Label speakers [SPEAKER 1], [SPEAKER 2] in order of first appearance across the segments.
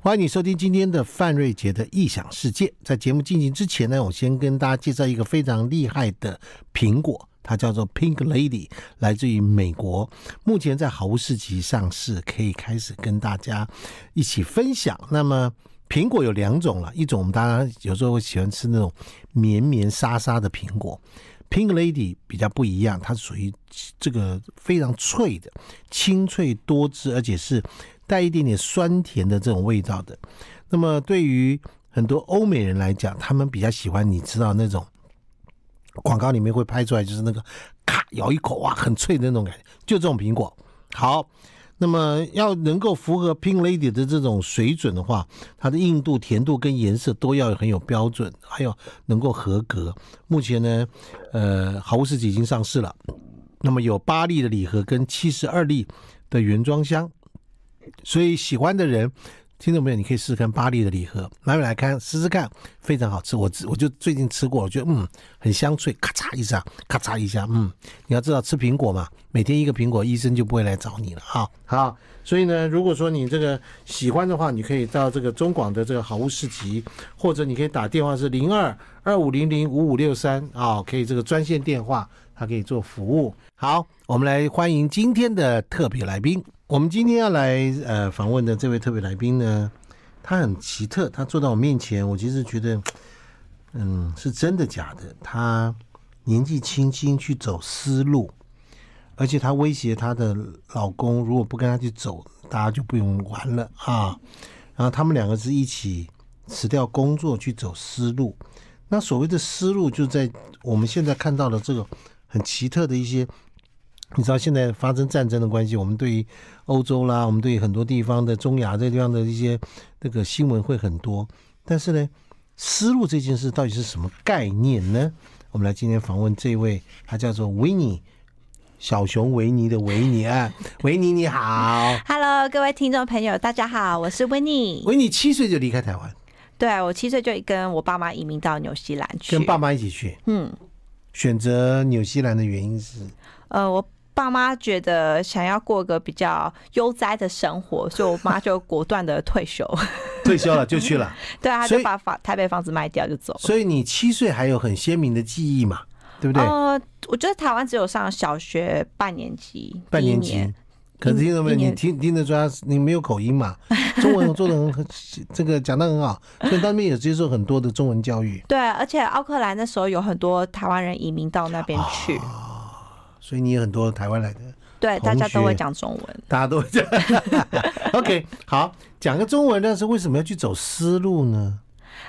[SPEAKER 1] 欢迎你收听今天的范瑞杰的异想世界。在节目进行之前呢，我先跟大家介绍一个非常厉害的苹果，它叫做 Pink Lady，来自于美国，目前在好物市集上市，可以开始跟大家一起分享。那么苹果有两种了，一种我们大家有时候会喜欢吃那种绵绵沙沙的苹果。Pink Lady 比较不一样，它属于这个非常脆的、清脆多汁，而且是带一点点酸甜的这种味道的。那么对于很多欧美人来讲，他们比较喜欢，你知道那种广告里面会拍出来，就是那个咔咬一口哇，很脆的那种感觉，就这种苹果。好，那么要能够符合 Pink Lady 的这种水准的话，它的硬度、甜度跟颜色都要很有标准，还有能够合格。目前呢，呃，好物市集已经上市了，那么有八粒的礼盒跟七十二粒的原装箱，所以喜欢的人。听众朋友，你可以试试看巴黎的礼盒，买买来看，试试看，非常好吃。我自我就最近吃过，我觉得嗯很香脆，咔嚓一下，咔嚓一下，嗯，你要知道吃苹果嘛，每天一个苹果，医生就不会来找你了啊。好，所以呢，如果说你这个喜欢的话，你可以到这个中广的这个好物市集，或者你可以打电话是零二二五零零五五六三啊，可以这个专线电话，它可以做服务。好，我们来欢迎今天的特别来宾。我们今天要来呃访问的这位特别来宾呢，他很奇特，他坐到我面前，我其实觉得，嗯，是真的假的？他年纪轻轻去走私路，而且他威胁她的老公，如果不跟她去走，大家就不用玩了啊。然后他们两个是一起辞掉工作去走私路。那所谓的私路，就在我们现在看到的这个很奇特的一些你知道现在发生战争的关系，我们对于欧洲啦，我们对于很多地方的中亚这地方的一些那个新闻会很多。但是呢，丝路这件事到底是什么概念呢？我们来今天访问这位，他叫做维尼，小熊维尼的维尼啊，维尼你好，
[SPEAKER 2] Hello，各位听众朋友，大家好，我是温妮。
[SPEAKER 1] 维尼七岁就离开台湾，
[SPEAKER 2] 对我七岁就跟我爸妈移民到纽西兰去。
[SPEAKER 1] 跟爸妈一起去
[SPEAKER 2] 嗯，
[SPEAKER 1] 选择纽西兰的原因是，
[SPEAKER 2] 呃，我爸妈觉得想要过个比较悠哉的生活，所以我妈就果断的退休。
[SPEAKER 1] 退休了就去了，
[SPEAKER 2] 对啊，她
[SPEAKER 1] 所
[SPEAKER 2] 就
[SPEAKER 1] 以
[SPEAKER 2] 把房台北房子卖掉就走了。
[SPEAKER 1] 所以你七岁还有很鲜明的记忆嘛，对不对？
[SPEAKER 2] 呃，我觉得台湾只有上小学半年级，
[SPEAKER 1] 半年
[SPEAKER 2] 第一
[SPEAKER 1] 级。可是听到没有？
[SPEAKER 2] 一
[SPEAKER 1] 你
[SPEAKER 2] 年
[SPEAKER 1] 听听得出来，你没有口音嘛？中文做的很 很，这个讲的很好，所以那边也接受很多的中文教育，
[SPEAKER 2] 对，而且奥克兰那时候有很多台湾人移民到那边去，
[SPEAKER 1] 啊所以你有很多台湾来的，
[SPEAKER 2] 对，大家都
[SPEAKER 1] 同
[SPEAKER 2] 会
[SPEAKER 1] 学
[SPEAKER 2] 讲中文。
[SPEAKER 1] 大家都会这样。OK，好，讲个中文，但是为什么要去走思路呢？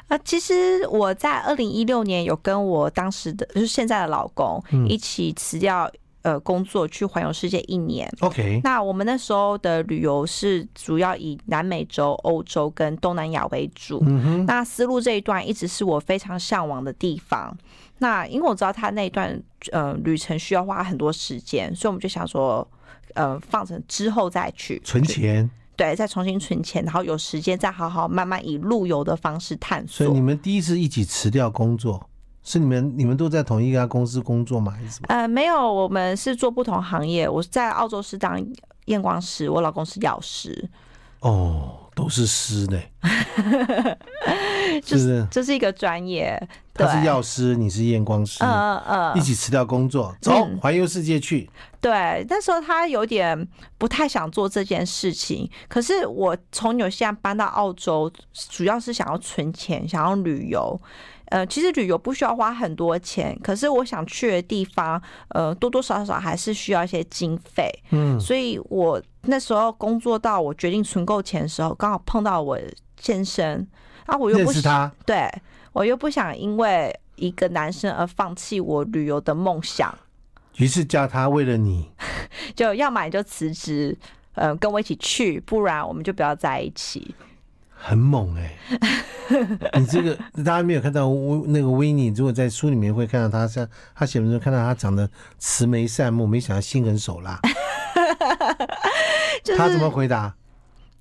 [SPEAKER 2] 啊，其实我在二零一六年有跟我当时的就是现在的老公、
[SPEAKER 1] 嗯
[SPEAKER 2] 一起辞掉呃工作去环游世界一年。
[SPEAKER 1] OK，
[SPEAKER 2] 那我们那时候的旅游是主要以南美洲、欧洲跟东南亚为主。
[SPEAKER 1] 嗯
[SPEAKER 2] 那丝路这一段一直是我非常向往的地方。那因为我知道他那一段呃旅程需要花很多时间，所以我们就想说，呃，放成之后再去
[SPEAKER 1] 存钱。
[SPEAKER 2] 对，再重新存钱，然后有时间再好好慢慢以路游的方式探
[SPEAKER 1] 所
[SPEAKER 2] 索
[SPEAKER 1] 以。你们第一次一起辞掉工作，是你们你们都在同一家公司工作吗？还是什么？
[SPEAKER 2] 呃，没有，我们是做不同行业。我在澳洲是当验光师，我老公是药师，
[SPEAKER 1] 哦，都是师 呢，是不是？
[SPEAKER 2] 这是一个专业。对
[SPEAKER 1] 他，是药师，你是验光师。
[SPEAKER 2] 嗯嗯
[SPEAKER 1] 一
[SPEAKER 2] 嗯，
[SPEAKER 1] 起辞掉工作，走
[SPEAKER 2] 嗯
[SPEAKER 1] 环游世界去。
[SPEAKER 2] 对。那时候他有点不太想做这件事情，可是我从纽西兰搬到澳洲，主要是想要存钱，想要旅游。呃，其实旅游不需要花很多钱，可是我想去的地方，呃，多多少少还是需要一些经费。
[SPEAKER 1] 嗯，
[SPEAKER 2] 所以我那时候工作到我决定存够钱的时候，刚好碰到我先生，啊，我又
[SPEAKER 1] 认
[SPEAKER 2] 不
[SPEAKER 1] 识
[SPEAKER 2] 想，
[SPEAKER 1] 他，
[SPEAKER 2] 对我又不想因为一个男生而放弃我旅游的梦想，
[SPEAKER 1] 于是叫他为了你，
[SPEAKER 2] 就要么你就辞职，嗯，跟我一起去，不然我们就不要在一起。
[SPEAKER 1] 很猛 哎、你这个大家没有看到威那个维尼，如果在书里面会看到他像他写文章看到他长得慈眉善目，没想到心狠手辣。
[SPEAKER 2] 就是
[SPEAKER 1] 他怎么回答？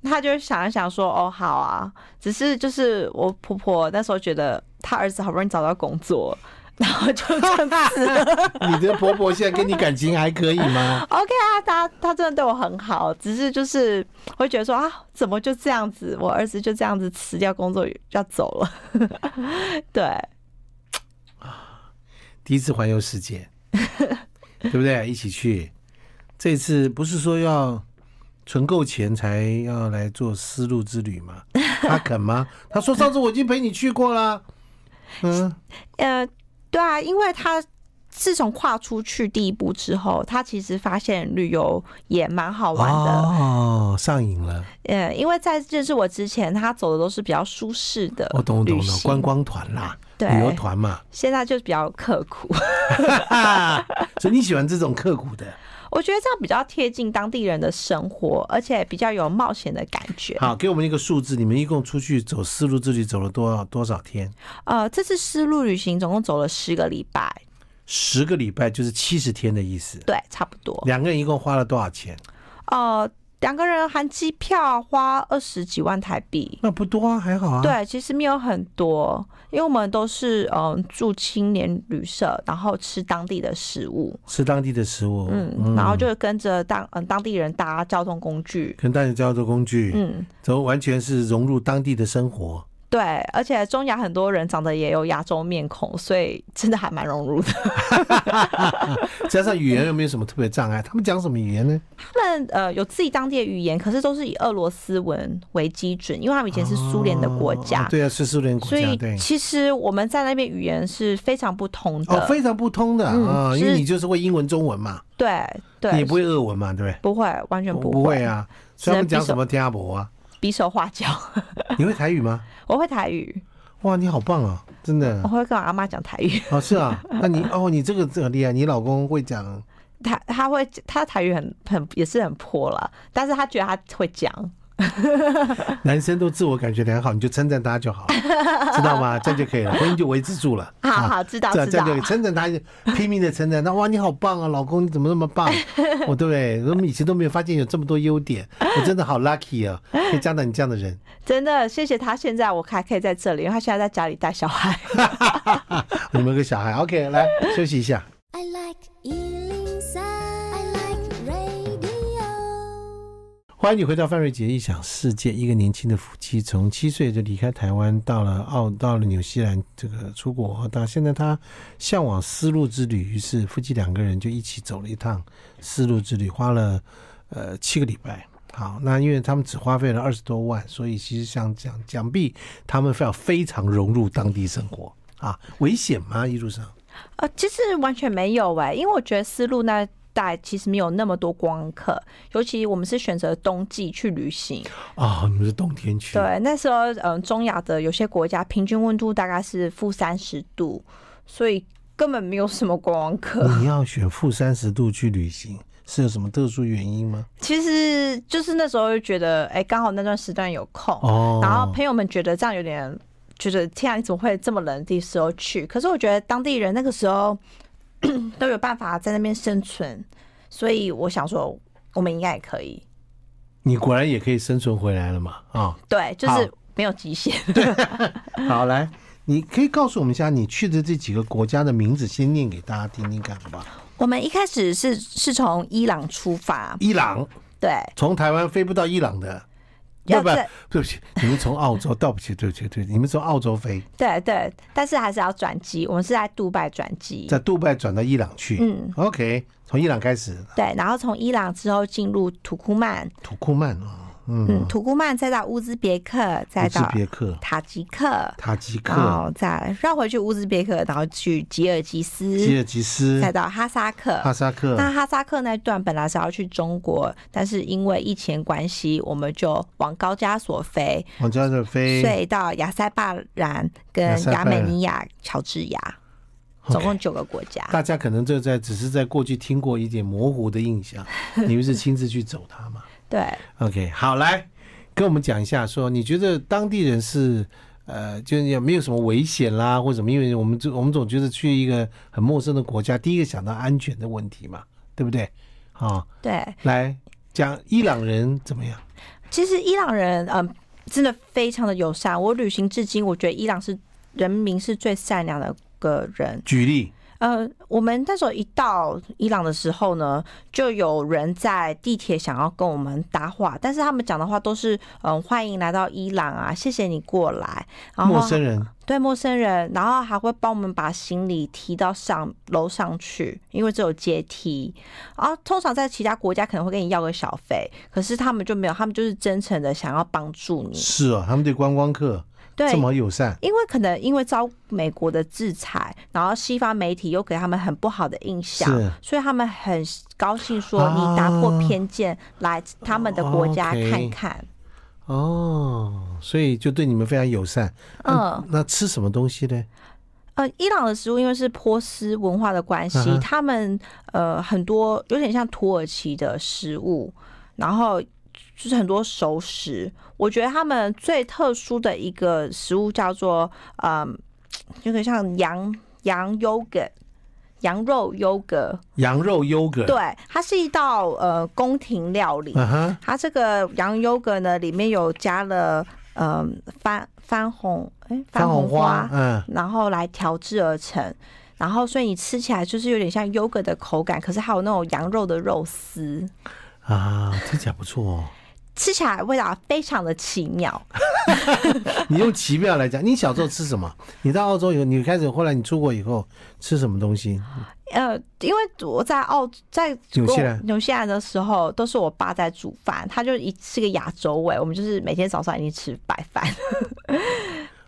[SPEAKER 2] 他就想一想说，哦，好啊，只是就是我婆婆那时候觉得她儿子好不容易找到工作，然后就这样子了。
[SPEAKER 1] 你的婆婆现在跟你感情还可以吗？
[SPEAKER 2] OK 啊，他他真的对我很好，只是就是会觉得说啊，怎么就这样子？我儿子就这样子辞掉工作要走了。 对，
[SPEAKER 1] 第一次环游世 界，对不对？一起去。这次不是说要存够钱才要来做丝路之旅 吗？他肯吗？他说上次我已经陪你去过啦。嗯，
[SPEAKER 2] 呃，对啊，因为他自从跨出去第一步之后，他其实发现旅游也蛮好玩的。
[SPEAKER 1] 哦，上瘾了。
[SPEAKER 2] 呃，因为在认识我之前，他走的都是比较舒适的
[SPEAKER 1] 我哦懂懂
[SPEAKER 2] 旅
[SPEAKER 1] 懂，
[SPEAKER 2] 行
[SPEAKER 1] 观光团啦，
[SPEAKER 2] 对
[SPEAKER 1] 旅游团嘛。啊
[SPEAKER 2] 现在就比较刻苦。
[SPEAKER 1] 所以你喜欢这种刻苦的。
[SPEAKER 2] 我觉得这样比较贴近当地人的生活，而且比较有冒险的感觉。
[SPEAKER 1] 好，给我们一个数字，你们一共出去走丝路之旅走了多少多少天？
[SPEAKER 2] 呃，这次丝路旅行总共走了十个礼拜，
[SPEAKER 1] 十个礼拜就是七十天的意思。
[SPEAKER 2] 对，差不多。
[SPEAKER 1] 两个人一共花了多少钱？
[SPEAKER 2] 呃，两个人含机票花二十几万台币。
[SPEAKER 1] 那不多啊，还好啊。，
[SPEAKER 2] 对，其实没有很多，因为我们都是嗯、呃住青年旅社，然后吃当地的食物，
[SPEAKER 1] 吃当地的食物，
[SPEAKER 2] 嗯，然后就跟着当嗯、当地人搭交通工具，
[SPEAKER 1] 跟大家交通工具，
[SPEAKER 2] 嗯，
[SPEAKER 1] 然后完全是融入当地的生 活。
[SPEAKER 2] 对，而且中亚很多人长得也有亚洲面孔，所以真的还蛮融入的。
[SPEAKER 1] 加上语言又没有什么特别障碍，他们讲什么语言呢？
[SPEAKER 2] 他们呃有自己当地的语言，可是都是以俄罗斯文为基准，因为他们以
[SPEAKER 1] 以
[SPEAKER 2] 前是苏联的国家，
[SPEAKER 1] 对啊，是苏联国
[SPEAKER 2] 所
[SPEAKER 1] 家，
[SPEAKER 2] 以
[SPEAKER 1] 对。
[SPEAKER 2] 其实我们在那边语言是非常不同的。
[SPEAKER 1] 哦，非常不通的
[SPEAKER 2] 嗯
[SPEAKER 1] 啊，因为
[SPEAKER 2] 是
[SPEAKER 1] 你就是会英文、中文嘛，
[SPEAKER 2] 对对，
[SPEAKER 1] 你不会俄文嘛，对不对？
[SPEAKER 2] 不会完全
[SPEAKER 1] 我
[SPEAKER 2] 不
[SPEAKER 1] 不会， 啊，所以他们讲什么听阿伯啊？
[SPEAKER 2] 比手画脚。
[SPEAKER 1] 你会台语吗？
[SPEAKER 2] 我会台语，
[SPEAKER 1] 哇，你好棒啊，真的
[SPEAKER 2] 我会跟我阿妈讲台语，
[SPEAKER 1] 哦，是啊，那你哦，你这个这个厉害，你老公会讲
[SPEAKER 2] 他他会他的台语很很也是很破了，但是他觉得他会讲。
[SPEAKER 1] 男生都自我感觉良好，你就称赞他就好， 知道吗？这样就可以了，婚姻就维持住了。
[SPEAKER 2] 好
[SPEAKER 1] 啊
[SPEAKER 2] 好知道
[SPEAKER 1] 这样
[SPEAKER 2] 知
[SPEAKER 1] 这样
[SPEAKER 2] 道
[SPEAKER 1] 就可以称赞他，拼命的称赞他。哇，你好棒啊，老公，你怎么那么 棒？我对不对？我们以前都没有发现有这么多优点，我真的好 lucky 啊，可以嫁到你这样的人。
[SPEAKER 2] 真的，谢谢他，现在我还可以在这里，因为他现在在家里带小 孩。
[SPEAKER 1] 你们有个小孩，OK，来休息一下。
[SPEAKER 3] I like Ealing Sound. I like radio.
[SPEAKER 1] 欢迎你回到范瑞杰异想世界。一个年轻的夫妻从七岁就离开台湾，到了澳，到了纽西兰，这个出国，到现在他向往丝路之旅，于是夫妻两个人就一起走了一趟丝路之旅，花了呃七个礼拜。好，那因为他们只花费了二十多万，所以其实想讲讲必他们非要非常融入当地生活啊，危险吗？一路上
[SPEAKER 2] 呃，其实完全没有哎、因为我觉得丝路那带其实没有那么多观光客，尤其我们是选择冬季去旅行。
[SPEAKER 1] 啊、你们是冬天去，
[SPEAKER 2] 对，那时候嗯，中亚的有些国家平均温度大概是负三十度，所以根本没有什么观光客。
[SPEAKER 1] 你要选负三十度去旅行，是有什么特殊原因吗？
[SPEAKER 2] 其实就是那时候就觉得，哎、刚好那段时段有空，
[SPEAKER 1] 哦，
[SPEAKER 2] 然后朋友们觉得这样有点，觉得天啊，你怎么会这么冷的时候去？可是我觉得当地人那个时候 都有办法在那边生存，所以我想说，我们应该也可以。
[SPEAKER 1] 你果然也可以生存回来了嘛？啊、
[SPEAKER 2] 对，就
[SPEAKER 1] 好
[SPEAKER 2] 是没有极限。
[SPEAKER 1] 好，来，你可以告诉我们一下你去的这几个国家的名字，先念给大家听听看，好吧？
[SPEAKER 2] 我们一开始是是从伊朗出发，
[SPEAKER 1] 伊朗，
[SPEAKER 2] 对，
[SPEAKER 1] 从台湾飞不到伊朗的，
[SPEAKER 2] 要
[SPEAKER 1] 不不
[SPEAKER 2] 在，
[SPEAKER 1] 对不起，你们从澳洲，对不起，对不起，对不起，你们从澳洲飞，
[SPEAKER 2] 对对，但是还是要转机。我们是在杜拜转机，
[SPEAKER 1] 在杜拜转到伊朗去。
[SPEAKER 2] 嗯
[SPEAKER 1] ，OK，从伊朗开始，
[SPEAKER 2] 对，然后从伊朗之后进入土库曼，
[SPEAKER 1] 土库曼啊，嗯，
[SPEAKER 2] 嗯，土库曼再到乌兹别克，再
[SPEAKER 1] 乌兹
[SPEAKER 2] 到
[SPEAKER 1] 别克、
[SPEAKER 2] 塔吉克，
[SPEAKER 1] 塔吉
[SPEAKER 2] 然
[SPEAKER 1] 克、
[SPEAKER 2] 后再绕回去乌兹别克，然后去吉尔吉斯，
[SPEAKER 1] 吉尔吉斯、
[SPEAKER 2] 再到哈萨克。
[SPEAKER 1] 哈萨克，
[SPEAKER 2] 那哈萨克那段本来是要去中国，但是因为疫情关系，我们就往高加索飞，
[SPEAKER 1] 往加索
[SPEAKER 2] 所
[SPEAKER 1] 飞，
[SPEAKER 2] 以到亚塞拜然
[SPEAKER 1] 亚
[SPEAKER 2] 跟
[SPEAKER 1] 塞拜
[SPEAKER 2] 亚
[SPEAKER 1] 然
[SPEAKER 2] 美尼亚、乔治亚，总共九个国家。
[SPEAKER 1] 大家可能就在只是在过去听过一点模糊的印 象，你们是亲自去走它嘛？
[SPEAKER 2] 对，
[SPEAKER 1] OK，好，来跟我们讲一下说你觉得当地人是呃，就是也没有什么危险啦，或什么？因为我们就我们总觉得去一个很陌生的国家，第一个想到安全的问题嘛，对不对？啊、
[SPEAKER 2] 对，
[SPEAKER 1] 来讲伊朗人怎么样？
[SPEAKER 2] 其实伊朗人，嗯，真的非常的友善。我旅行至今，我觉得伊朗是人民是最善良的个人。
[SPEAKER 1] 举例，
[SPEAKER 2] 呃，我们那时候一到伊朗的时候呢，就有人在地铁想要跟我们搭话，但是他们讲的话都是嗯，欢迎来到伊朗啊，谢谢你过来，然后
[SPEAKER 1] 陌生人
[SPEAKER 2] 对陌生人，然后还会帮我们把行李提到上楼上去，因为只有阶梯。然后通常在其他国家可能会跟你要个小费，可是他们就没有，他们就是真诚的想要帮助你。
[SPEAKER 1] 是哦，他们对观光客
[SPEAKER 2] 对，
[SPEAKER 1] 这么友善，
[SPEAKER 2] 因为可能因为遭美国的制裁，然后西方媒体又给他们很不好的印象
[SPEAKER 1] 是，
[SPEAKER 2] 所以他们很高兴说
[SPEAKER 1] 啊
[SPEAKER 2] 你打破偏见来他们的国家
[SPEAKER 1] OK
[SPEAKER 2] 看看。
[SPEAKER 1] 哦，所以就对你们非常友善。
[SPEAKER 2] 嗯
[SPEAKER 1] 那吃什么东西呢？
[SPEAKER 2] 呃，伊朗的食物因为是波斯文化的关系，
[SPEAKER 1] 嗯哼
[SPEAKER 2] 他们呃很多有点像土耳其的食物，然后就是很多熟食。我觉得他们最特殊的一个食物叫做呃，有点像羊羊 yogurt。羊肉 yogurt，
[SPEAKER 1] 羊肉 yogurt。
[SPEAKER 2] 对，它是一道呃宫廷料理。
[SPEAKER 1] 嗯哼，
[SPEAKER 2] 它这个羊 yogurt 呢，里面有加了呃番番红哎、
[SPEAKER 1] 番
[SPEAKER 2] 红
[SPEAKER 1] 红花，嗯，
[SPEAKER 2] 然后来调制而成。然后，所以你吃起来就是有点像 yogurt 的口感，可是还有那种羊肉的肉丝，
[SPEAKER 1] 啊，听起来不错 哦。
[SPEAKER 2] 吃起来味道非常的奇妙。
[SPEAKER 1] 你用奇妙来讲，你小时候吃什么？你到澳洲以后，你开始后来你出国以后吃什么东西？
[SPEAKER 2] 呃，因为我在澳在
[SPEAKER 1] 纽西兰
[SPEAKER 2] 纽西兰的时候，都是我爸在煮饭，他就一是个亚洲味，我们就是每天早上一定吃白饭， 白
[SPEAKER 1] 啊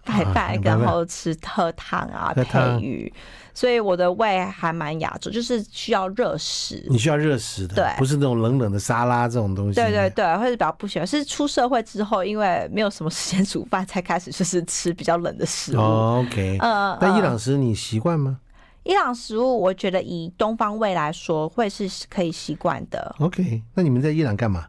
[SPEAKER 1] 白
[SPEAKER 2] 饭
[SPEAKER 1] 饭，
[SPEAKER 2] 然后吃喝汤啊
[SPEAKER 1] 喝汤
[SPEAKER 2] 配鱼，所以我的胃还蛮亚洲，就是需要热食。
[SPEAKER 1] 你需要热食的，
[SPEAKER 2] 对
[SPEAKER 1] 不是那种冷冷的沙拉这种东西。
[SPEAKER 2] 对对对，会是比较不喜欢。是出社会之后，因为没有什么时间煮饭，才开始就是吃比较冷的食物。
[SPEAKER 1] 哦，OK。
[SPEAKER 2] 嗯，
[SPEAKER 1] 那伊
[SPEAKER 2] 嗯
[SPEAKER 1] 朗食你习惯吗
[SPEAKER 2] 伊朗食物，我觉得以东方胃来说，会是可以习惯的。
[SPEAKER 1] ？OK，那你们在伊朗干嘛？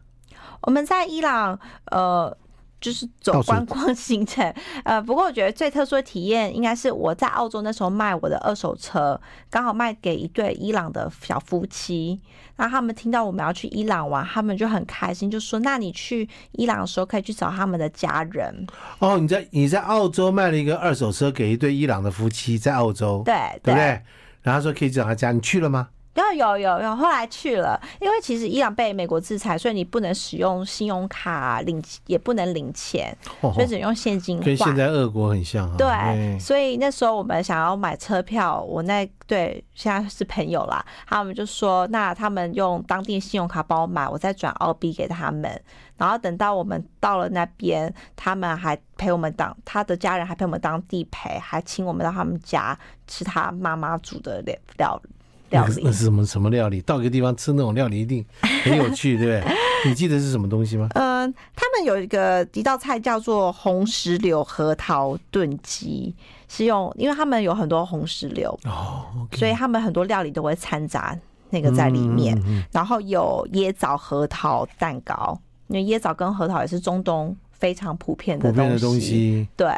[SPEAKER 2] 我们在伊朗，呃。就是
[SPEAKER 1] 到
[SPEAKER 2] 走
[SPEAKER 1] 处
[SPEAKER 2] 观光 行程，呃，不过我觉得最特殊的体验应该是我在澳洲那时候卖我的二手车，刚好卖给一对伊朗的小夫妻，那他们听到我们要去伊朗玩，他们就很开心，就说：“那你去伊朗的时候可以去找他们的家人。”
[SPEAKER 1] 哦，你在你在澳洲卖了一个二手车给一对伊朗的夫妻，在澳洲，
[SPEAKER 2] 对
[SPEAKER 1] 对不对？然后他说可以找他家，你去了吗？
[SPEAKER 2] 有有有有，后来去了，因为其实伊朗被美国制裁，所以你不能使用信用卡领，也不能领钱，
[SPEAKER 1] 哦
[SPEAKER 2] 所以只能用现金
[SPEAKER 1] 跟
[SPEAKER 2] 换
[SPEAKER 1] 现。在俄国很像啊。
[SPEAKER 2] 对，所以那时候我们想要买车票，我那对现在是朋友啦，他们就说，那他们用当地信用卡帮我买，我再转澳币给他们。然后等到我们到了那边，他们还陪我们当他的家人还陪我们当地陪，还请我们到他们家吃他妈妈煮的料料
[SPEAKER 1] 那
[SPEAKER 2] 料
[SPEAKER 1] 个是
[SPEAKER 2] 理
[SPEAKER 1] 那。是什么什么料理？到一个地方吃那种料理一定很有 趣，对不对？你记得是什么东西吗？
[SPEAKER 2] 嗯，他们有一个一道菜叫做红石榴核桃炖鸡，是用因为他们有很多红石榴，
[SPEAKER 1] 哦，OK，
[SPEAKER 2] 所以他们很多料理都会掺杂那个在里面。
[SPEAKER 1] 嗯嗯嗯嗯
[SPEAKER 2] 然后有椰枣核桃蛋糕，因为椰枣跟核桃也是中东非常普遍
[SPEAKER 1] 普
[SPEAKER 2] 的
[SPEAKER 1] 遍
[SPEAKER 2] 东
[SPEAKER 1] 的
[SPEAKER 2] 西。
[SPEAKER 1] 东西
[SPEAKER 2] 对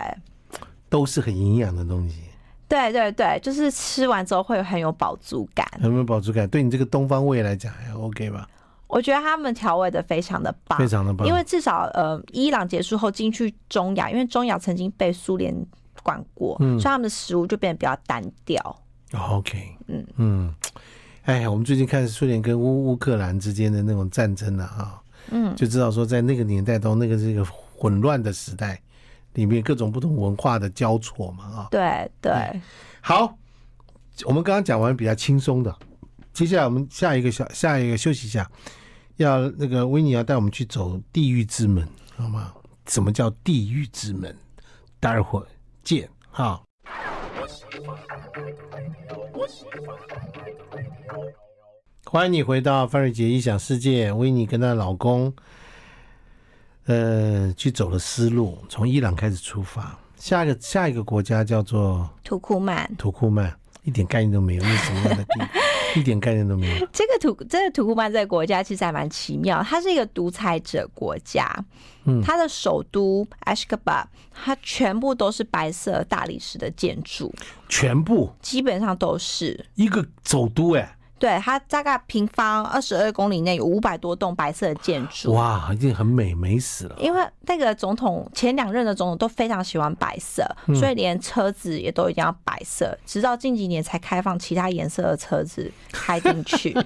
[SPEAKER 1] 都是很营养的东西，
[SPEAKER 2] 对对对，就是吃完之后会很有饱足感。
[SPEAKER 1] 有没有饱足感？对你这个东方胃来讲还 OK 吧？
[SPEAKER 2] 我觉得他们调味的非常的棒，
[SPEAKER 1] 非常的棒，
[SPEAKER 2] 啊因为至少呃，伊朗结束后进去中亚，因为中亚曾经被苏联管过，
[SPEAKER 1] 嗯
[SPEAKER 2] 所以他们的食物就变得比较单调。
[SPEAKER 1] 哦 OK，
[SPEAKER 2] 嗯
[SPEAKER 1] 嗯，哎呀，我们最近看苏联跟乌乌克兰之间的那种战争了啊，
[SPEAKER 2] 嗯，
[SPEAKER 1] 就知道说在那个年代中，那个这个混乱的时代里面，各种不同文化的交错嘛啊，
[SPEAKER 2] 对对，
[SPEAKER 1] 好，我们刚刚讲完比较轻松的，接下来我们下一个小下一个休息一下，要那个维尼要带我们去走地狱之门，好吗？什么叫地狱之门？待会儿见哈。欢迎你回到范瑞杰异想世界。维尼跟她老公，呃，去走了丝路，从伊朗开始出发，下一个下一个国家叫做
[SPEAKER 2] 土库曼
[SPEAKER 1] 土库曼一点概念都没有，那是什么样的地？一点概念都没有。
[SPEAKER 2] 这个土这个土库曼这个国家其实还蛮奇妙，它是一个独裁者国家，
[SPEAKER 1] 嗯
[SPEAKER 2] 它的首都 Ashgabat，它全部都是白色大理石的建筑，
[SPEAKER 1] 全部
[SPEAKER 2] 基本上都是。
[SPEAKER 1] 一个首都哎、
[SPEAKER 2] 对，它大概平方二十二公里内有五百多栋白色的建筑。
[SPEAKER 1] 哇，一定很美，美死了。
[SPEAKER 2] 因为那个总统前两任的总统都非常喜欢白色，
[SPEAKER 1] 嗯
[SPEAKER 2] 所以连车子也都一定要白色，直到近几年才开放其他颜色的车子开 进去。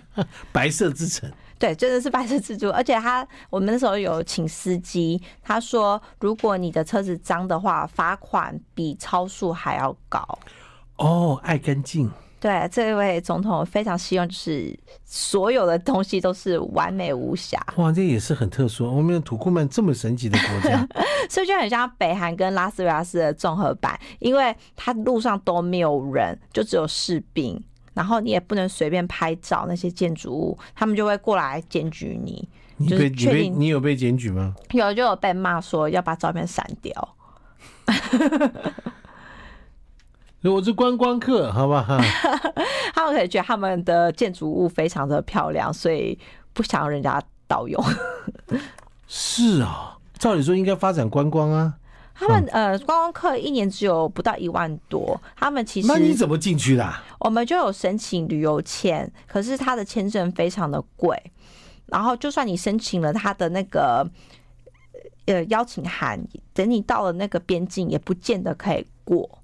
[SPEAKER 1] 白色之城，
[SPEAKER 2] 对，真的是白色蜘蛛，而且他我们那时候有请司机，他说如果你的车子脏的话，罚款比超速还要高。
[SPEAKER 1] 哦，爱干净。
[SPEAKER 2] 对，这位总统非常希望就是所有的东西都是完美无瑕，
[SPEAKER 1] 哇，这也是很特殊。啊我们有土库曼这么神奇的国 家，
[SPEAKER 2] 所以就很像北韩跟拉斯维加斯的综合版，因为它路上都没有人，就只有士兵，然后你也不能随便拍照那些建筑物，他们就会过来检举你。
[SPEAKER 1] 你
[SPEAKER 2] 就是
[SPEAKER 1] 被你
[SPEAKER 2] 确
[SPEAKER 1] 被
[SPEAKER 2] 定
[SPEAKER 1] 你有被检举吗？
[SPEAKER 2] 有就有被骂说要把照片删掉，
[SPEAKER 1] 我是观光客，好不 好？
[SPEAKER 2] 他们可能觉得他们的建筑物非常的漂亮，所以不想让人家盗用。
[SPEAKER 1] 是啊、照理说应该发展观光啊，
[SPEAKER 2] 他们呃观光客一年只有不到一万多，他们其实
[SPEAKER 1] 那你怎么进去的啊、
[SPEAKER 2] 我们就有申请旅游签，可是他的签证非常的贵，然后就算你申请了他的那个呃邀请函，等你到了那个边境也不见得可以过。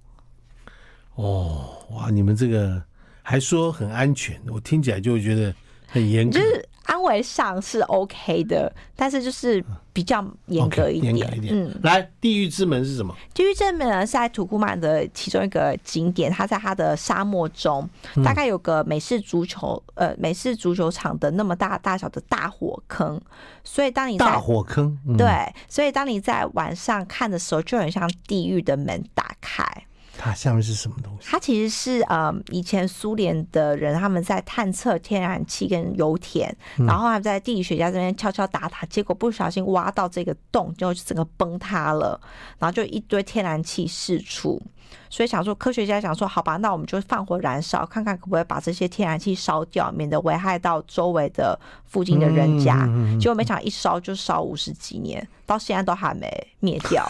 [SPEAKER 1] 哦，哇，你们这个还说很安全，我听起来就觉得很严格
[SPEAKER 2] 就，是安慰上是 OK 的，但是就是比较严格
[SPEAKER 1] OK，
[SPEAKER 2] 一
[SPEAKER 1] 严
[SPEAKER 2] 点。
[SPEAKER 1] 格一点。
[SPEAKER 2] 嗯，
[SPEAKER 1] 来，地狱之门是什么？
[SPEAKER 2] 地狱正门呢是在土库曼的其中一个景点，它在它的沙漠中，
[SPEAKER 1] 嗯
[SPEAKER 2] 大概有个美式足球呃美式足球场的那么大大小的大火坑，所以当你在
[SPEAKER 1] 大火坑。嗯、，
[SPEAKER 2] 对，所以当你在晚上看的时候，就很像地狱的门打开。
[SPEAKER 1] 它下面是什么东西？
[SPEAKER 2] 它其实是呃，以前苏联的人他们在探测天然气跟油田，
[SPEAKER 1] 嗯
[SPEAKER 2] 然后他们在地理学家这边敲敲打打，结果不小心挖到这个洞，就整个崩塌了，然后就一堆天然气释出。所以想说，科学家想说，好吧，那我们就放火燃烧，看看可不可以把这些天然气烧掉，免得危害到周围的附近的人家。
[SPEAKER 1] 嗯嗯嗯嗯
[SPEAKER 2] 结果没想到一烧就烧五十几年，到现在都还没灭掉。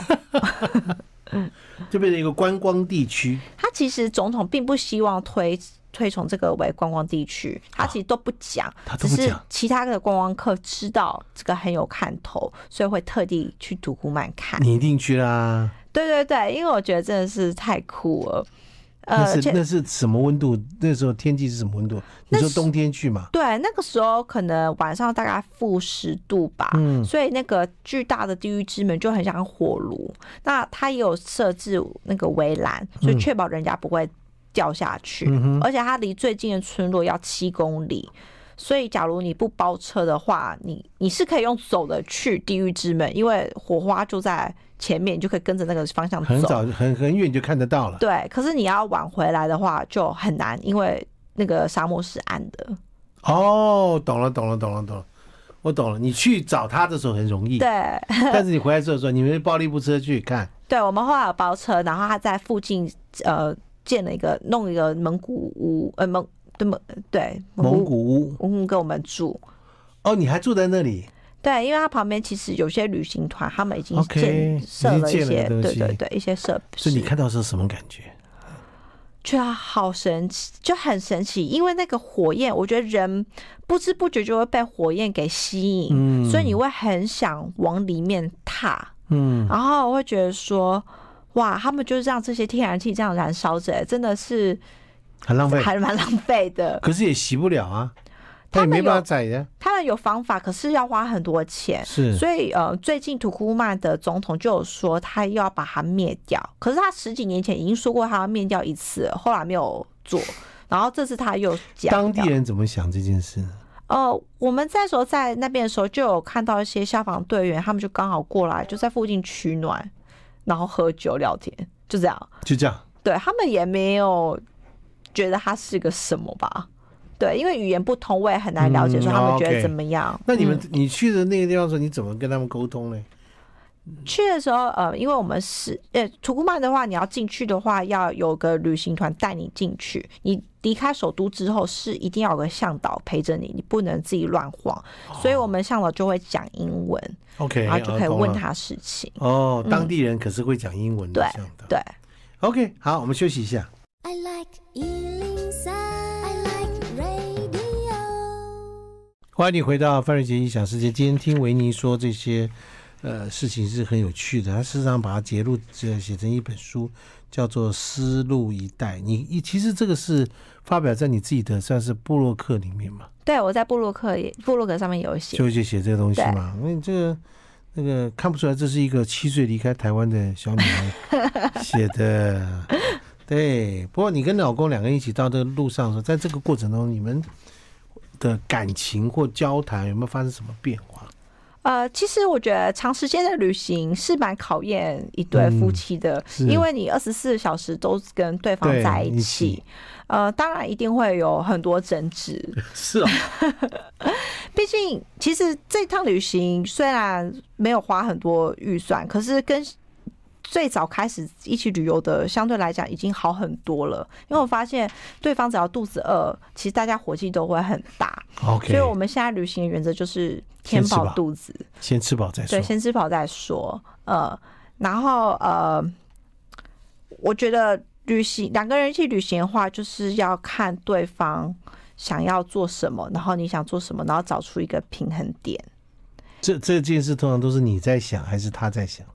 [SPEAKER 1] 就变成一个观光地区。
[SPEAKER 2] 他其实总统并不希望推推崇这个为观光地区，他其实都不讲，
[SPEAKER 1] 啊他都
[SPEAKER 2] 只
[SPEAKER 1] 不讲
[SPEAKER 2] 是其他的观光客知道这个很有看头，所以会特地去独孤曼看。
[SPEAKER 1] 你一定去啦！
[SPEAKER 2] 对对对，因为我觉得真的是太酷了，呃，
[SPEAKER 1] 那
[SPEAKER 2] 而
[SPEAKER 1] 是
[SPEAKER 2] 且
[SPEAKER 1] 那是什么温度？那时候天气是什么温度？你说冬天去嘛？
[SPEAKER 2] 对那个时候可能晚上大概负十度吧，
[SPEAKER 1] 嗯
[SPEAKER 2] 所以那个巨大的地狱之门就很像火炉，那它也有设置那个围栏，所以确保人家不会掉下去。
[SPEAKER 1] 嗯哼，
[SPEAKER 2] 而且它离最近的村落要七公里，所以假如你不包车的话，你你是可以用走的去地狱之门，因为火花就在前面，你就可以跟着那个方向
[SPEAKER 1] 很
[SPEAKER 2] 走。
[SPEAKER 1] 早很很远就看得到了。
[SPEAKER 2] 对，可是你要晚回来的话就很难，因为那个沙漠是暗的。
[SPEAKER 1] 哦，懂了，懂了，懂了，懂了，我懂了。你去找他的时候很容易，
[SPEAKER 2] 对，
[SPEAKER 1] 但是你回来之后说，你们包了一部车去看，
[SPEAKER 2] 对，我们后来有包车，然后他在附近呃建了一个弄一个蒙古屋，呃蒙对蒙对
[SPEAKER 1] 蒙古屋。
[SPEAKER 2] 蒙古屋给我们住。
[SPEAKER 1] 哦，你还住在那里？
[SPEAKER 2] 对，因为它旁边其实有些旅行团，他们已经
[SPEAKER 1] OK，
[SPEAKER 2] 建设
[SPEAKER 1] 已经
[SPEAKER 2] 了一
[SPEAKER 1] 建了
[SPEAKER 2] 些，
[SPEAKER 1] 东
[SPEAKER 2] 对
[SPEAKER 1] 西
[SPEAKER 2] 对对，一些设
[SPEAKER 1] 所以你
[SPEAKER 2] 施，
[SPEAKER 1] 看到的时候什么感觉？
[SPEAKER 2] 觉得好神奇，就很神奇。因为那个火焰，我觉得人不知不觉就会被火焰给吸引，
[SPEAKER 1] 嗯
[SPEAKER 2] 所以你会很想往里面踏，
[SPEAKER 1] 嗯，
[SPEAKER 2] 然后我会觉得说，哇，他们就是让这些天然气这样燃烧着，哎真的是
[SPEAKER 1] 很浪费，
[SPEAKER 2] 还蛮浪费的。
[SPEAKER 1] 可是也洗不了啊，它
[SPEAKER 2] 他
[SPEAKER 1] 也
[SPEAKER 2] 们
[SPEAKER 1] 没办法
[SPEAKER 2] 有
[SPEAKER 1] 宰呀。
[SPEAKER 2] 他们有方法，可是要花很多钱，
[SPEAKER 1] 是，
[SPEAKER 2] 所以呃，最近土库曼的总统就有说他又要把它灭掉，可是他十几年前已经说过他要灭掉一次了，后来没有做，然后这次他又讲
[SPEAKER 1] 当地
[SPEAKER 2] 掉
[SPEAKER 1] 人怎么想这件事呢？
[SPEAKER 2] 呃，我们在时候在那边的时候就有看到一些消防队员，他们就刚好过来，就在附近取暖，然后喝酒聊天，就这样。
[SPEAKER 1] 就这样，
[SPEAKER 2] 对他们也没有觉得他是个什么吧。对，因为语言不通，我也很难了解
[SPEAKER 1] 嗯
[SPEAKER 2] 说他们觉得
[SPEAKER 1] OK
[SPEAKER 2] 怎么样。
[SPEAKER 1] 那你
[SPEAKER 2] 嗯
[SPEAKER 1] 们你去的那个地方的时候，你怎么跟他们沟通呢？
[SPEAKER 2] 去的时候，呃，因为我们是呃土库曼的话，你要进去的话，要有个旅行团带你进去。你离开首都之后，是一定要有个向导陪着你，你不能自己乱晃。所以
[SPEAKER 1] 哦
[SPEAKER 2] 我们向导就会讲英文，
[SPEAKER 1] OK，
[SPEAKER 2] 然后就
[SPEAKER 1] 啊
[SPEAKER 2] 可以
[SPEAKER 1] 懂
[SPEAKER 2] 问
[SPEAKER 1] 了
[SPEAKER 2] 他事情。
[SPEAKER 1] 哦，当地人可是会讲英文的，
[SPEAKER 2] 对
[SPEAKER 1] 这样的。
[SPEAKER 2] 对，
[SPEAKER 1] OK，好，我们休息一下。
[SPEAKER 3] I like Ealing Sound. I like radio.
[SPEAKER 1] 欢迎你回到范瑞杰异想世界。今天听维尼说这些呃事情是很有趣的，他事实上把它截录呃写成一本书，叫做《丝路一带》。你你其实这个是发表在你自己的算是部落客里面嘛，
[SPEAKER 2] 对我在部落客也部落格上面有写，
[SPEAKER 1] 就就写这个东西嘛。因为这个那个看不出来，这是一个七岁离开台湾的小女 孩写的。对，不过你跟老公两个人一起到这个路上的时候，在这个过程中，你们的感情或交谈有没有发生什么变化？
[SPEAKER 2] 呃，其实我觉得长时间的旅行是蛮考验一对夫妻的，
[SPEAKER 1] 嗯是
[SPEAKER 2] 因为你二十四小时都跟对方
[SPEAKER 1] 对
[SPEAKER 2] 在
[SPEAKER 1] 一起
[SPEAKER 2] 呃，当然一定会有很多 争执。
[SPEAKER 1] 是啊，
[SPEAKER 2] 毕竟，其实这趟旅行虽然没有花很多预算，可是跟最早开始一起旅游的相对来讲已经好很多了。因为我发现对方只要肚子饿，其实大家火气都会很大。
[SPEAKER 1] OK，
[SPEAKER 2] 所以我们现在旅行的原则就是
[SPEAKER 1] 先
[SPEAKER 2] 填
[SPEAKER 1] 吃
[SPEAKER 2] 饱
[SPEAKER 1] 饱
[SPEAKER 2] 肚子。
[SPEAKER 1] 先吃饱再说
[SPEAKER 2] 对，。先吃饱再说。呃，然后呃，我觉得旅行两个人一起旅行的话，就是要看对方想要做什么，然后你想做什么，然后找出一个平衡点。
[SPEAKER 1] 这这件事通常都是你在想还是他在想？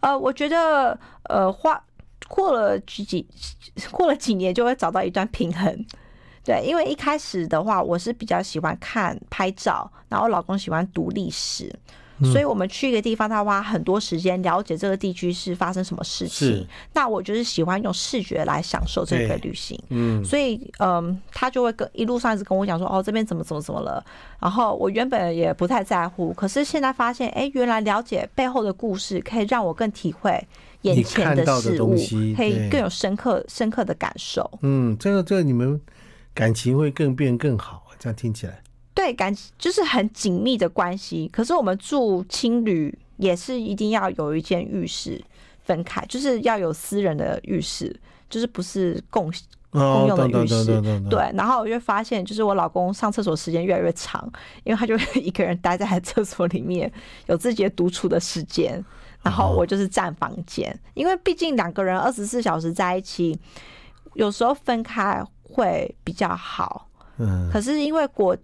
[SPEAKER 2] 呃，我觉得呃，花过了几几 过了几年就会找到一段平衡。对，因为一开始的话，我是比较喜欢看拍照，然后我老公喜欢读历史，
[SPEAKER 1] 嗯
[SPEAKER 2] 所以我们去一个地方，他花很多时间了解这个地区是发生什么事
[SPEAKER 1] 是
[SPEAKER 2] 情。那我就是喜欢用视觉来享受这个
[SPEAKER 1] 对
[SPEAKER 2] 旅行。
[SPEAKER 1] 嗯，
[SPEAKER 2] 所以嗯，他就会跟一路上一直跟我讲说，哦，这边怎么怎么怎么了。然后我原本也不太在乎，可是现在发现，哎，原来了解背后的故事，可以让我更体会眼前
[SPEAKER 1] 你看到的
[SPEAKER 2] 事物
[SPEAKER 1] 东西，
[SPEAKER 2] 可
[SPEAKER 1] 对
[SPEAKER 2] 以更有深刻深刻的感受。
[SPEAKER 1] 嗯，这个这个你们感情会更变更好，啊这样听起来。
[SPEAKER 2] 对，感就是很紧密的关系。可是我们住青旅也是一定要有一间浴室分开，就是要有私人的浴室，就是不是共
[SPEAKER 1] 哦，
[SPEAKER 2] 用的
[SPEAKER 1] 懂懂
[SPEAKER 2] 浴室
[SPEAKER 1] 懂懂懂懂。
[SPEAKER 2] 对，然后我就发现，就是我老公上厕所时间越来越长，因为他就 会一个人待在厕所里面，有自己的独处的时间。然
[SPEAKER 1] 哦
[SPEAKER 2] 后我就是占房间，因为毕竟两个人二十四小时在一起，有时候分开会比较好。
[SPEAKER 1] 嗯，
[SPEAKER 2] 可是因为国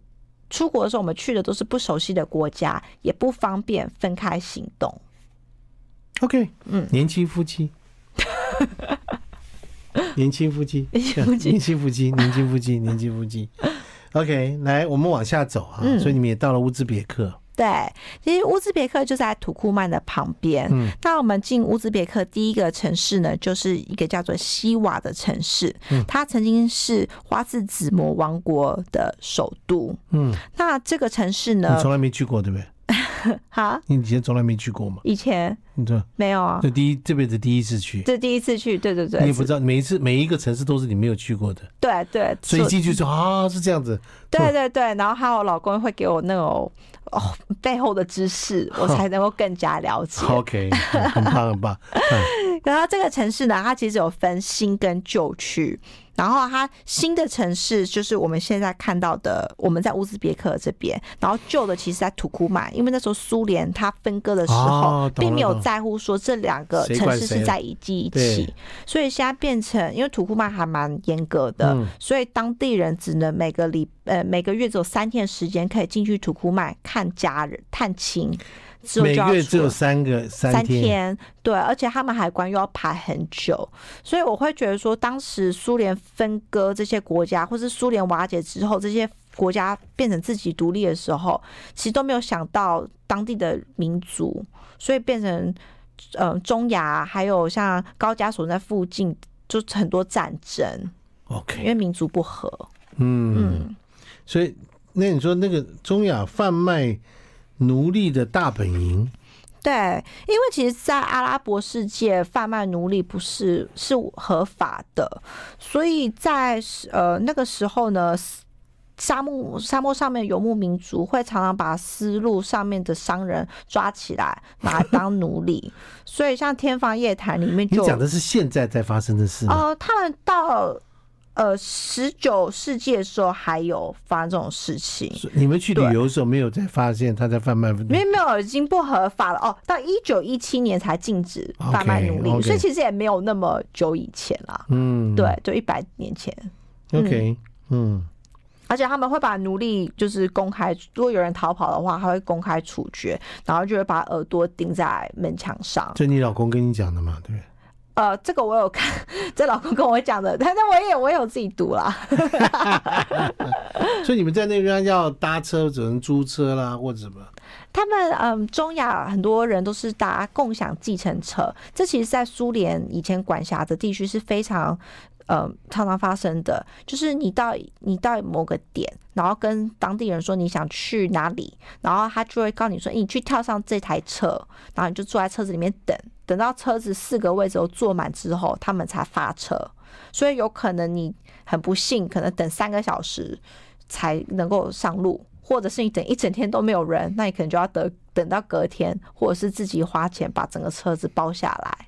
[SPEAKER 2] 出国的时候，我们去的都是不熟悉的国家，也不方便分开行动。
[SPEAKER 1] OK，
[SPEAKER 2] 嗯
[SPEAKER 1] 年轻夫 妻，年轻夫妻，
[SPEAKER 2] 年轻夫妻
[SPEAKER 1] 年轻夫妻， 年轻夫妻，年轻夫妻。OK，来，我们往下走啊，
[SPEAKER 2] 嗯
[SPEAKER 1] 所以你们也到了乌兹别克，
[SPEAKER 2] 对，其实乌兹别克就在土库曼的旁边。
[SPEAKER 1] 嗯
[SPEAKER 2] 那我们进乌兹别克第一个城市呢，就是一个叫做西瓦的城市，
[SPEAKER 1] 嗯
[SPEAKER 2] 它曾经是花剌子模王国的首都。
[SPEAKER 1] 嗯，
[SPEAKER 2] 那这个城市
[SPEAKER 1] 你
[SPEAKER 2] 呢，
[SPEAKER 1] 从来没去过对不对？
[SPEAKER 2] 哈，
[SPEAKER 1] 你以前从来没去过嘛？
[SPEAKER 2] 以前
[SPEAKER 1] 你知道，
[SPEAKER 2] 没有啊，
[SPEAKER 1] 这第一这辈子第一次去，
[SPEAKER 2] 这第一次去，对对对，
[SPEAKER 1] 你也不知道，每一次每一个城市都是你没有去过的，
[SPEAKER 2] 对对，
[SPEAKER 1] 所以嗯
[SPEAKER 2] 是
[SPEAKER 1] 进去说啊是这样子，
[SPEAKER 2] 对对对，然后还有老公会给我那种哦背后的知识，我才能够更加了解。
[SPEAKER 1] OK，嗯很棒很棒，
[SPEAKER 2] 然后这个城市呢，它其实有分新跟旧区。然后它新的城市就是我们现在看到的，我们在乌兹别克这边，然后旧的其实在土库曼，因为那时候苏联它分割的时候，
[SPEAKER 1] 哦懂了
[SPEAKER 2] 并没有
[SPEAKER 1] 懂了
[SPEAKER 2] 在乎说这两个
[SPEAKER 1] 谁
[SPEAKER 2] 城
[SPEAKER 1] 管
[SPEAKER 2] 市
[SPEAKER 1] 谁
[SPEAKER 2] 是在一地一起
[SPEAKER 1] 对，
[SPEAKER 2] 所以现在变成因为土库曼还蛮严格的，
[SPEAKER 1] 嗯
[SPEAKER 2] 所以当地人只能每个礼呃每个月只有三天时间可以进去土库曼看家人探亲，之后 就
[SPEAKER 1] 每
[SPEAKER 2] 要
[SPEAKER 1] 月
[SPEAKER 2] 出
[SPEAKER 1] 只
[SPEAKER 2] 来
[SPEAKER 1] 有三个三
[SPEAKER 2] 三
[SPEAKER 1] 天，
[SPEAKER 2] 对，而且他们海关又要排很久，所以我会觉得说，当时苏联分割这些国家，或是苏联瓦解之后，这些国家变成自己独立的时候，其实都没有想到当地的民族，所以变成呃中亚还有像高加索那附近，就很多战争，因
[SPEAKER 1] OK，
[SPEAKER 2] 为民族不和。
[SPEAKER 1] 嗯。
[SPEAKER 2] 嗯，
[SPEAKER 1] 所以，那你说那个中亚贩卖奴隶的大本营，
[SPEAKER 2] 对，因为其实，在阿拉伯世界贩卖奴隶不是是合法的，所以在呃那个时候呢，斯沙漠沙漠上面游牧民族会常常把丝路上面的商人抓起来，拿来当奴隶。所以像《天方夜谭》里面
[SPEAKER 1] 你
[SPEAKER 2] 就
[SPEAKER 1] 讲的是现在在发生的事吗？
[SPEAKER 2] 呃，他们到呃十九世纪的时候还有发生这种事情。
[SPEAKER 1] 所以你们去旅游的时候没有在发现他在贩卖奴隶？
[SPEAKER 2] 没有没有，已经不合法了哦。到一九一七年才禁止贩卖奴隶
[SPEAKER 1] OK，OK
[SPEAKER 2] 所以其实也没有那么久以前啦。
[SPEAKER 1] 嗯，
[SPEAKER 2] 对，就一百年前。
[SPEAKER 1] ，OK，嗯，
[SPEAKER 2] 而且他们会把奴隶就是公开，如果有人逃跑的话，他会公开处决，然后就会把耳朵钉在门墙上。
[SPEAKER 1] 这你老公跟你讲的嘛，对不对？
[SPEAKER 2] 呃，这个我有看， 这老公跟我讲的，但是我也我也有自己读啦。
[SPEAKER 1] 所以你们在那边要搭车，只能租车啦，或者什么？
[SPEAKER 2] 他们嗯，中亚很多人都是搭共享计程车，这其实，在苏联以前管辖的地区是非常。呃，常常发生的就是你到你到某个点，然后跟当地人说你想去哪里，然后他就会告诉你说，诶你去跳上这台车，然后你就坐在车子里面等，等到车子四个位置都坐满之后，他们才发车。所以有可能你很不幸，可能等三个小时才能够上路，或者是你等一整天都没有人，那你可能就要等等到隔天，或者是自己花钱把整个车子包下来。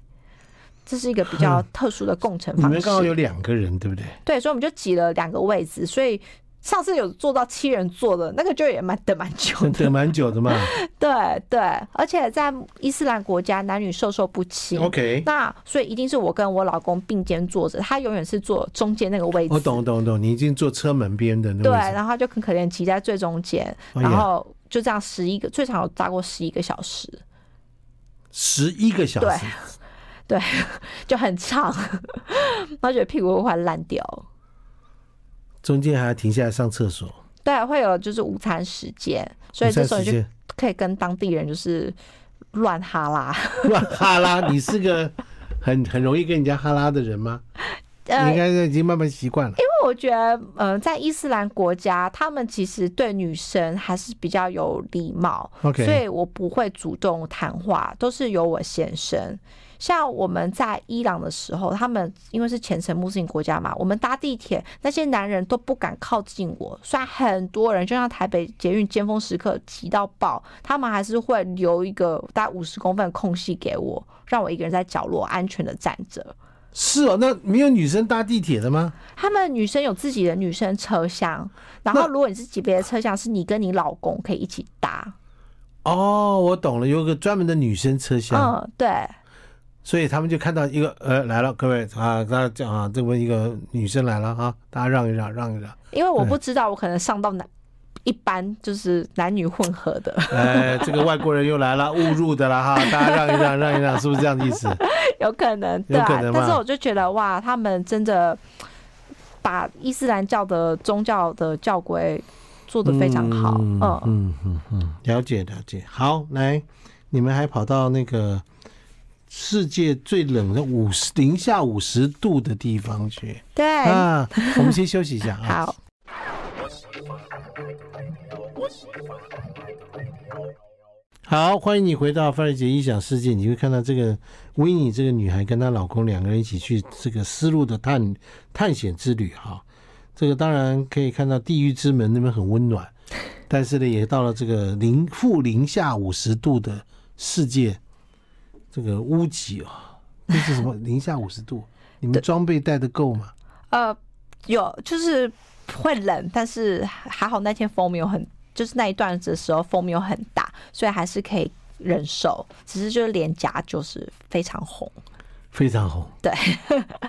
[SPEAKER 2] 这是一个比较特殊的共乘
[SPEAKER 1] 你
[SPEAKER 2] 方
[SPEAKER 1] 们刚好有
[SPEAKER 2] 式，
[SPEAKER 1] 两个人，对 不对？
[SPEAKER 2] 对，所以我们就挤了两个位置，所以上次有坐到七人座的那个就也蛮等蛮久的，
[SPEAKER 1] 等蛮久的嘛。
[SPEAKER 2] 对对，而且在伊斯兰国家男女授受不亲
[SPEAKER 1] OK，
[SPEAKER 2] 那所以一定是我跟我老公并肩坐着，他永远是坐中间那个位置，
[SPEAKER 1] 我哦懂懂懂，你已经坐车门边的那
[SPEAKER 2] 对，
[SPEAKER 1] 位置
[SPEAKER 2] 然后他就很可怜骑在最中间，
[SPEAKER 1] 哎呀
[SPEAKER 2] 然后就这样十一个，最长有搭过十一个小时，
[SPEAKER 1] 十一个小时，
[SPEAKER 2] 就很长， 然后觉得屁股会快烂掉。
[SPEAKER 1] 中间还要停下来上厕所，
[SPEAKER 2] 对，会有就是午餐时间，所以这时候
[SPEAKER 1] 午餐时
[SPEAKER 2] 你就
[SPEAKER 1] 间
[SPEAKER 2] 可以跟当地人就是乱哈拉。
[SPEAKER 1] 乱哈拉。你是个很很容易跟人家哈拉的人吗？你
[SPEAKER 2] 呃，
[SPEAKER 1] 应
[SPEAKER 2] 因为
[SPEAKER 1] 该已经慢慢习惯了。
[SPEAKER 2] 我觉得，呃，在伊斯兰国家，他们其实对女生还是比较有礼貌。所
[SPEAKER 1] OK，
[SPEAKER 2] 以我不会主动谈话，都是由我先生。像我们在伊朗的时候，他们因为是虔诚穆斯林国家嘛，我们搭地铁那些男人都不敢靠近我。虽然很多人就像台北捷运尖峰时刻挤到爆，他们还是会留一个大概五十公分的空隙给我，让我一个人在角落安全的站着。
[SPEAKER 1] 是哦，那没有女生搭地铁的吗？
[SPEAKER 2] 他们女生有自己的女生车厢，然后
[SPEAKER 1] 那
[SPEAKER 2] 如果你是级别的车厢，是你跟你老公可以一起搭。
[SPEAKER 1] 哦，我懂了，有个专门的女生车厢，
[SPEAKER 2] 嗯，对。
[SPEAKER 1] 所以他们就看到一个呃来了，各位啊，大家讲啊，这么一个女生来了啊，大家让一让，让一让。
[SPEAKER 2] 因为我
[SPEAKER 1] 对
[SPEAKER 2] 不知道，我可能上到男一般就是男女混合的，
[SPEAKER 1] 哎，这个外国人又来了，误入的了哈，大家让一让，让一让，是不是这样的意思？
[SPEAKER 2] 有可能
[SPEAKER 1] 有
[SPEAKER 2] 对
[SPEAKER 1] 可
[SPEAKER 2] 啊
[SPEAKER 1] 能。嘛
[SPEAKER 2] 但是我就觉得哇，他们真的把伊斯兰教的宗教的教规做得非常好，嗯。
[SPEAKER 1] 嗯嗯嗯，了解了解。好，来，你们还跑到那个世界最冷的五十零下五十度的地方去
[SPEAKER 2] 对，
[SPEAKER 1] 啊！我们先休息一下啊。
[SPEAKER 2] 哎好，
[SPEAKER 1] 好，欢迎你回到范儿姐异想世界。你会看到这个维尼这个女孩跟她老公两个人一起去这个丝路的探探险之旅哈。这个当然可以看到地狱之门那边很温暖，但是呢，也到了这个零负零下五十度的世界，这个屋脊啊，那是什么？零下五 十度，你们装备带的够吗？
[SPEAKER 2] 呃，有就是会冷，但是还好那天风没有很，就是那一段子的时候风没有很大，所以还是可以忍受，只是就是脸颊就是非常红。
[SPEAKER 1] 非常红。
[SPEAKER 2] 对，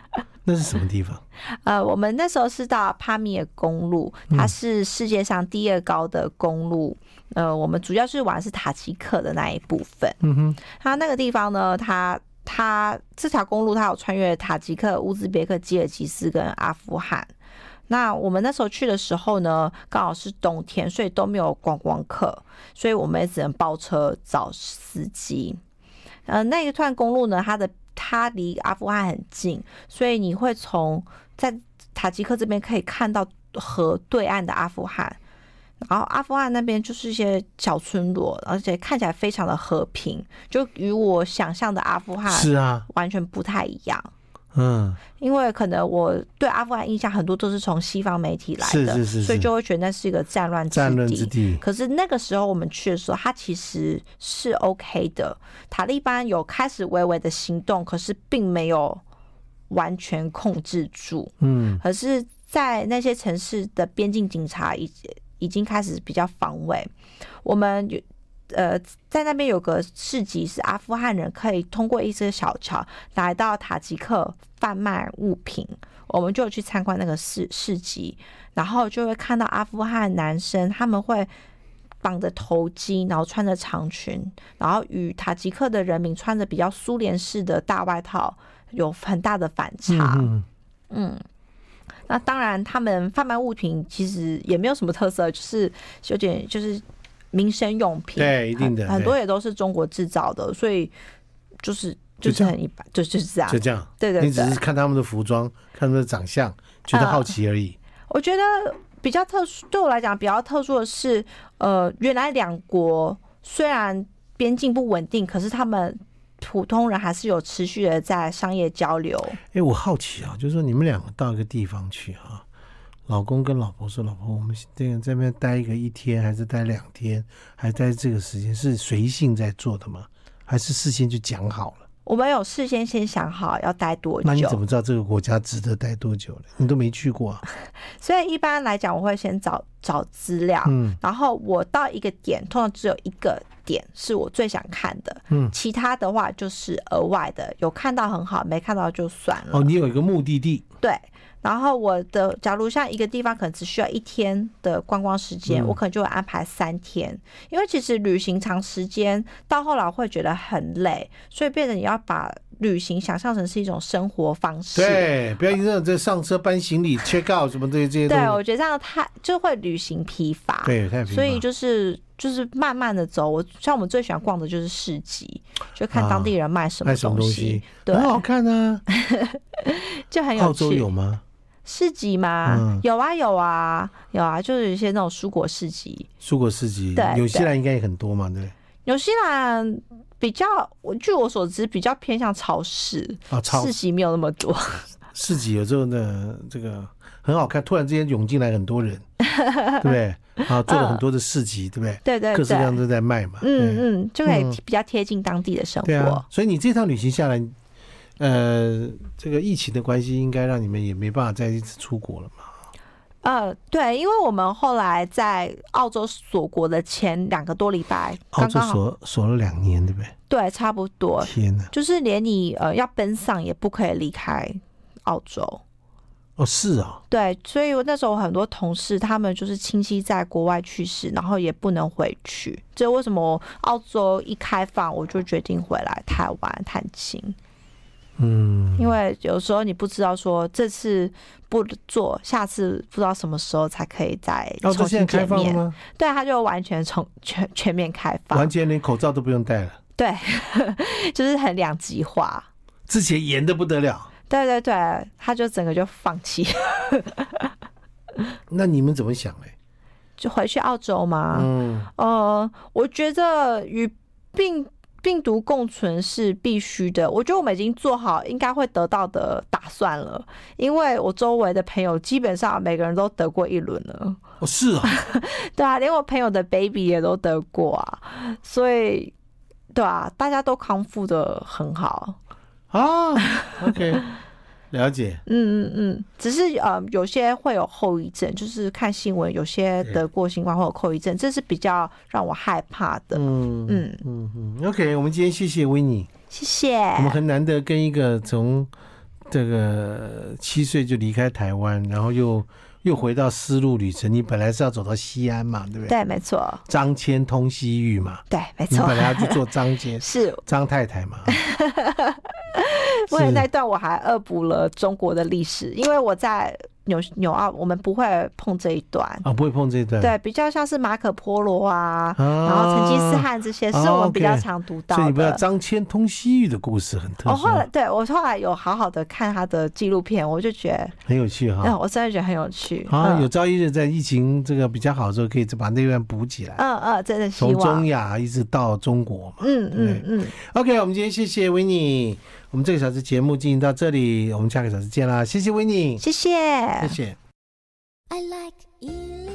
[SPEAKER 1] 那是什么地方？
[SPEAKER 2] 呃，我们那时候是到帕米尔公路，
[SPEAKER 1] 嗯
[SPEAKER 2] 它是世界上第二高的公路。呃，我们主要是玩的是塔吉克的那一部分。
[SPEAKER 1] 嗯哼，
[SPEAKER 2] 它那个地方呢，它它这条公路它有穿越塔吉克、乌兹别克、吉尔吉斯跟阿富汗。那我们那时候去的时候呢，刚好是冬天，所以都没有观光客，所以我们也只能包车找司机。呃，那一段公路呢，它的它离阿富汗很近，所以你会从在塔吉克这边可以看到河对岸的阿富汗，然后阿富汗那边就是一些小村落，而且看起来非常的和平，就与我想象的阿富汗
[SPEAKER 1] 是啊，
[SPEAKER 2] 完全不太一样。
[SPEAKER 1] 嗯，
[SPEAKER 2] 因为可能我对阿富汗印象很多都是从西方媒体来
[SPEAKER 1] 是
[SPEAKER 2] 的，
[SPEAKER 1] 是是是
[SPEAKER 2] 所以就会觉得那是一个战乱之
[SPEAKER 1] 战乱
[SPEAKER 2] 地
[SPEAKER 1] 之地。
[SPEAKER 2] 可是那个时候我们去的时候，它其实是 OK 的。塔利班有开始微微的行动，可是并没有完全控制住。
[SPEAKER 1] 嗯，
[SPEAKER 2] 可是，在那些城市的边境警察已已经开始比较防卫。我们有呃，在那边有个市集，是阿富汗人可以通过一只小桥来到塔吉克贩卖物品。我们就有去参观那个市市集，然后就会看到阿富汗男生他们会绑着头巾，然后穿着长裙，然后与塔吉克的人民穿着比较苏联式的大外套有很大的反差。
[SPEAKER 1] 嗯，
[SPEAKER 2] 嗯，那当然，他们贩卖物品其实也没有什么特色，就是有点就是民生用品，
[SPEAKER 1] 对一定的
[SPEAKER 2] 很很多
[SPEAKER 1] 对
[SPEAKER 2] 也都是中国制造的，所以就是
[SPEAKER 1] 就
[SPEAKER 2] 就
[SPEAKER 1] 这
[SPEAKER 2] 是
[SPEAKER 1] 样
[SPEAKER 2] 很一般，就就是这样
[SPEAKER 1] 就。这样。
[SPEAKER 2] 啊对对
[SPEAKER 1] 你只
[SPEAKER 2] 对
[SPEAKER 1] 是看他们的服装，看他们的长相，觉得
[SPEAKER 2] 嗯
[SPEAKER 1] 好奇而已。
[SPEAKER 2] 我觉得比较特殊，对我来讲比较特殊的是，呃，原来两国虽然边境不稳定，可是他们普通人还是有持续的在商业交流。
[SPEAKER 1] 哎、我好奇啊，就是说你们两个到一个地方去啊，老公跟老婆说：“老婆，我们这个这边待一个一天，还是待两天，还是待这个时间，是随性在做的吗？还是事先就讲好了？
[SPEAKER 2] 我们有事先先想好要待多
[SPEAKER 1] 那你
[SPEAKER 2] 久
[SPEAKER 1] 怎，么知道这个国家值得待多久呢？你都没去过 啊？
[SPEAKER 2] 所以一般来讲，我会先找找资料，
[SPEAKER 1] 嗯
[SPEAKER 2] 然后我到一个点，通常只有一个点是我最想看的，
[SPEAKER 1] 嗯
[SPEAKER 2] 其他的话就是额外的，有看到很好，没看到就算了。
[SPEAKER 1] 哦，你有一个目的地，
[SPEAKER 2] 对，然后我的假如像一个地方可能只需要一天的观光时间，
[SPEAKER 1] 嗯
[SPEAKER 2] 我可能就会安排三天，因为其实旅行长时间到后来会觉得很累，所以变得你要把旅行想象成是一种生活方式。
[SPEAKER 1] 对，不要一直在上车搬行李、check out 什么这些这些
[SPEAKER 2] 对，
[SPEAKER 1] 东
[SPEAKER 2] 我
[SPEAKER 1] 西，
[SPEAKER 2] 觉得这样太就会旅行疲乏。
[SPEAKER 1] 对，太平
[SPEAKER 2] 所以就是就是慢慢的走。我像我们最喜欢逛的就是市集，就看当地人卖什么
[SPEAKER 1] 啊卖什么东
[SPEAKER 2] 西，对，
[SPEAKER 1] 很好看啊。
[SPEAKER 2] 就很
[SPEAKER 1] 澳
[SPEAKER 2] 有
[SPEAKER 1] 洲
[SPEAKER 2] 趣。
[SPEAKER 1] 有吗？
[SPEAKER 2] 市集吗？
[SPEAKER 1] 嗯
[SPEAKER 2] 有啊有啊有啊，就是有一些那种蔬果市集。
[SPEAKER 1] 蔬果市集
[SPEAKER 2] 对，
[SPEAKER 1] 纽西
[SPEAKER 2] 对
[SPEAKER 1] 兰应该也很多嘛，对不对？
[SPEAKER 2] 纽西兰比较，我据我所知比较偏向超市，
[SPEAKER 1] 啊，超
[SPEAKER 2] 市集没有那么多。
[SPEAKER 1] 市集有时候呢，这个很好看，突然之间涌进来很多人， 对不对？啊，做了很多的市集，对不对？
[SPEAKER 2] 嗯对对
[SPEAKER 1] 各式各样
[SPEAKER 2] 对。
[SPEAKER 1] 都在卖嘛。
[SPEAKER 2] 嗯
[SPEAKER 1] 嗯，
[SPEAKER 2] 嗯，就可以
[SPEAKER 1] 嗯
[SPEAKER 2] 比较贴近当地的生
[SPEAKER 1] 对
[SPEAKER 2] 活
[SPEAKER 1] 啊。。所以你这趟旅行下来，呃，这个疫情的关系，应该让你们也没办法再一次出国了嘛。
[SPEAKER 2] 呃，对，因为我们后来在澳洲锁国的前两个多礼拜，
[SPEAKER 1] 澳
[SPEAKER 2] 刚
[SPEAKER 1] 洲
[SPEAKER 2] 刚好
[SPEAKER 1] 锁锁了两年，对不对？
[SPEAKER 2] 对，差不多，
[SPEAKER 1] 天哪！
[SPEAKER 2] 就是连你呃要奔丧也不可以离开澳洲。
[SPEAKER 1] 哦，是啊、
[SPEAKER 2] 对，所以我那时候很多同事他们就是亲戚在国外去世，然后也不能回去。这为什么澳洲一开放我就决定回来台湾探亲？
[SPEAKER 1] 嗯，
[SPEAKER 2] 因为有时候你不知道说这次不做，下次不知道什么时候才可以再
[SPEAKER 1] 澳洲
[SPEAKER 2] 重
[SPEAKER 1] 现在哦开
[SPEAKER 2] 新见
[SPEAKER 1] 放了
[SPEAKER 2] 面。
[SPEAKER 1] 吗？
[SPEAKER 2] 对，他就完全从全全面开 放
[SPEAKER 1] 完，全连口罩都不用戴了，
[SPEAKER 2] 对， 就是很两极化。
[SPEAKER 1] 之前严的不得了。
[SPEAKER 2] 对对对，他就整个就放弃，
[SPEAKER 1] 那你们怎么想嘞？
[SPEAKER 2] 就回去澳洲嘛。
[SPEAKER 1] 嗯，
[SPEAKER 2] 呃，我觉得与病病毒共存是必须的。我觉得我们已经做好应该会得到的打算了，因为我周围的朋友基本上每个人都得过一轮了。
[SPEAKER 1] 哦，是啊、
[SPEAKER 2] 对啊，连我朋友的 baby 也都得过啊，所以对啊，大家都康复的很好。
[SPEAKER 1] 啊，OK，了解。
[SPEAKER 2] 嗯嗯嗯，只是呃，有些会有后遗症，就是看新闻，有些
[SPEAKER 1] 对
[SPEAKER 2] 得过新冠会有后遗症，这是比较让我害怕的。
[SPEAKER 1] 嗯
[SPEAKER 2] 嗯，哎
[SPEAKER 1] 嗯嗯，OK，我们今天谢谢维尼，
[SPEAKER 2] 谢谢。
[SPEAKER 1] 我们很难得跟一个从这个七岁就离开台湾，然后又又回到丝路旅程。你本来是要走到西安嘛，对不对？
[SPEAKER 2] 对，没错，
[SPEAKER 1] 张骞通西域嘛，
[SPEAKER 2] 对，没
[SPEAKER 1] 你
[SPEAKER 2] 错
[SPEAKER 1] 本，来要去做张骞
[SPEAKER 2] 是
[SPEAKER 1] 张太太嘛，
[SPEAKER 2] 为了
[SPEAKER 1] 是
[SPEAKER 2] 那 段我还恶补了中国的历史，因为我在纽纽澳，我们不会碰这一段。
[SPEAKER 1] 啊，不会碰这段。
[SPEAKER 2] 对，比较像是马可波罗啊，
[SPEAKER 1] 啊
[SPEAKER 2] 然后成吉思汗这些是我
[SPEAKER 1] 啊
[SPEAKER 2] 们比较
[SPEAKER 1] ，OK
[SPEAKER 2] 常读
[SPEAKER 1] 所以
[SPEAKER 2] 到
[SPEAKER 1] 你不知道
[SPEAKER 2] 的。
[SPEAKER 1] 张骞通西域的故事很特
[SPEAKER 2] 我
[SPEAKER 1] 殊，
[SPEAKER 2] 后来对我后来有好好的看他的纪录片，我就觉得，
[SPEAKER 1] 很有趣哈、
[SPEAKER 2] 嗯，我真的觉得很有趣。
[SPEAKER 1] 啊，
[SPEAKER 2] 嗯
[SPEAKER 1] 有朝一日在疫情这个比较好的时候，可以再把那段补起来，
[SPEAKER 2] 嗯嗯，真的希
[SPEAKER 1] 从
[SPEAKER 2] 望
[SPEAKER 1] 中。亚一直到中国嘛。
[SPEAKER 2] 嗯嗯嗯，
[SPEAKER 1] OK，我们今天谢谢维尼，我们这个小时节目进行到这里，我们下个小时见啦，谢谢维尼，
[SPEAKER 2] 谢谢。
[SPEAKER 1] 谢谢。
[SPEAKER 3] I like Ealing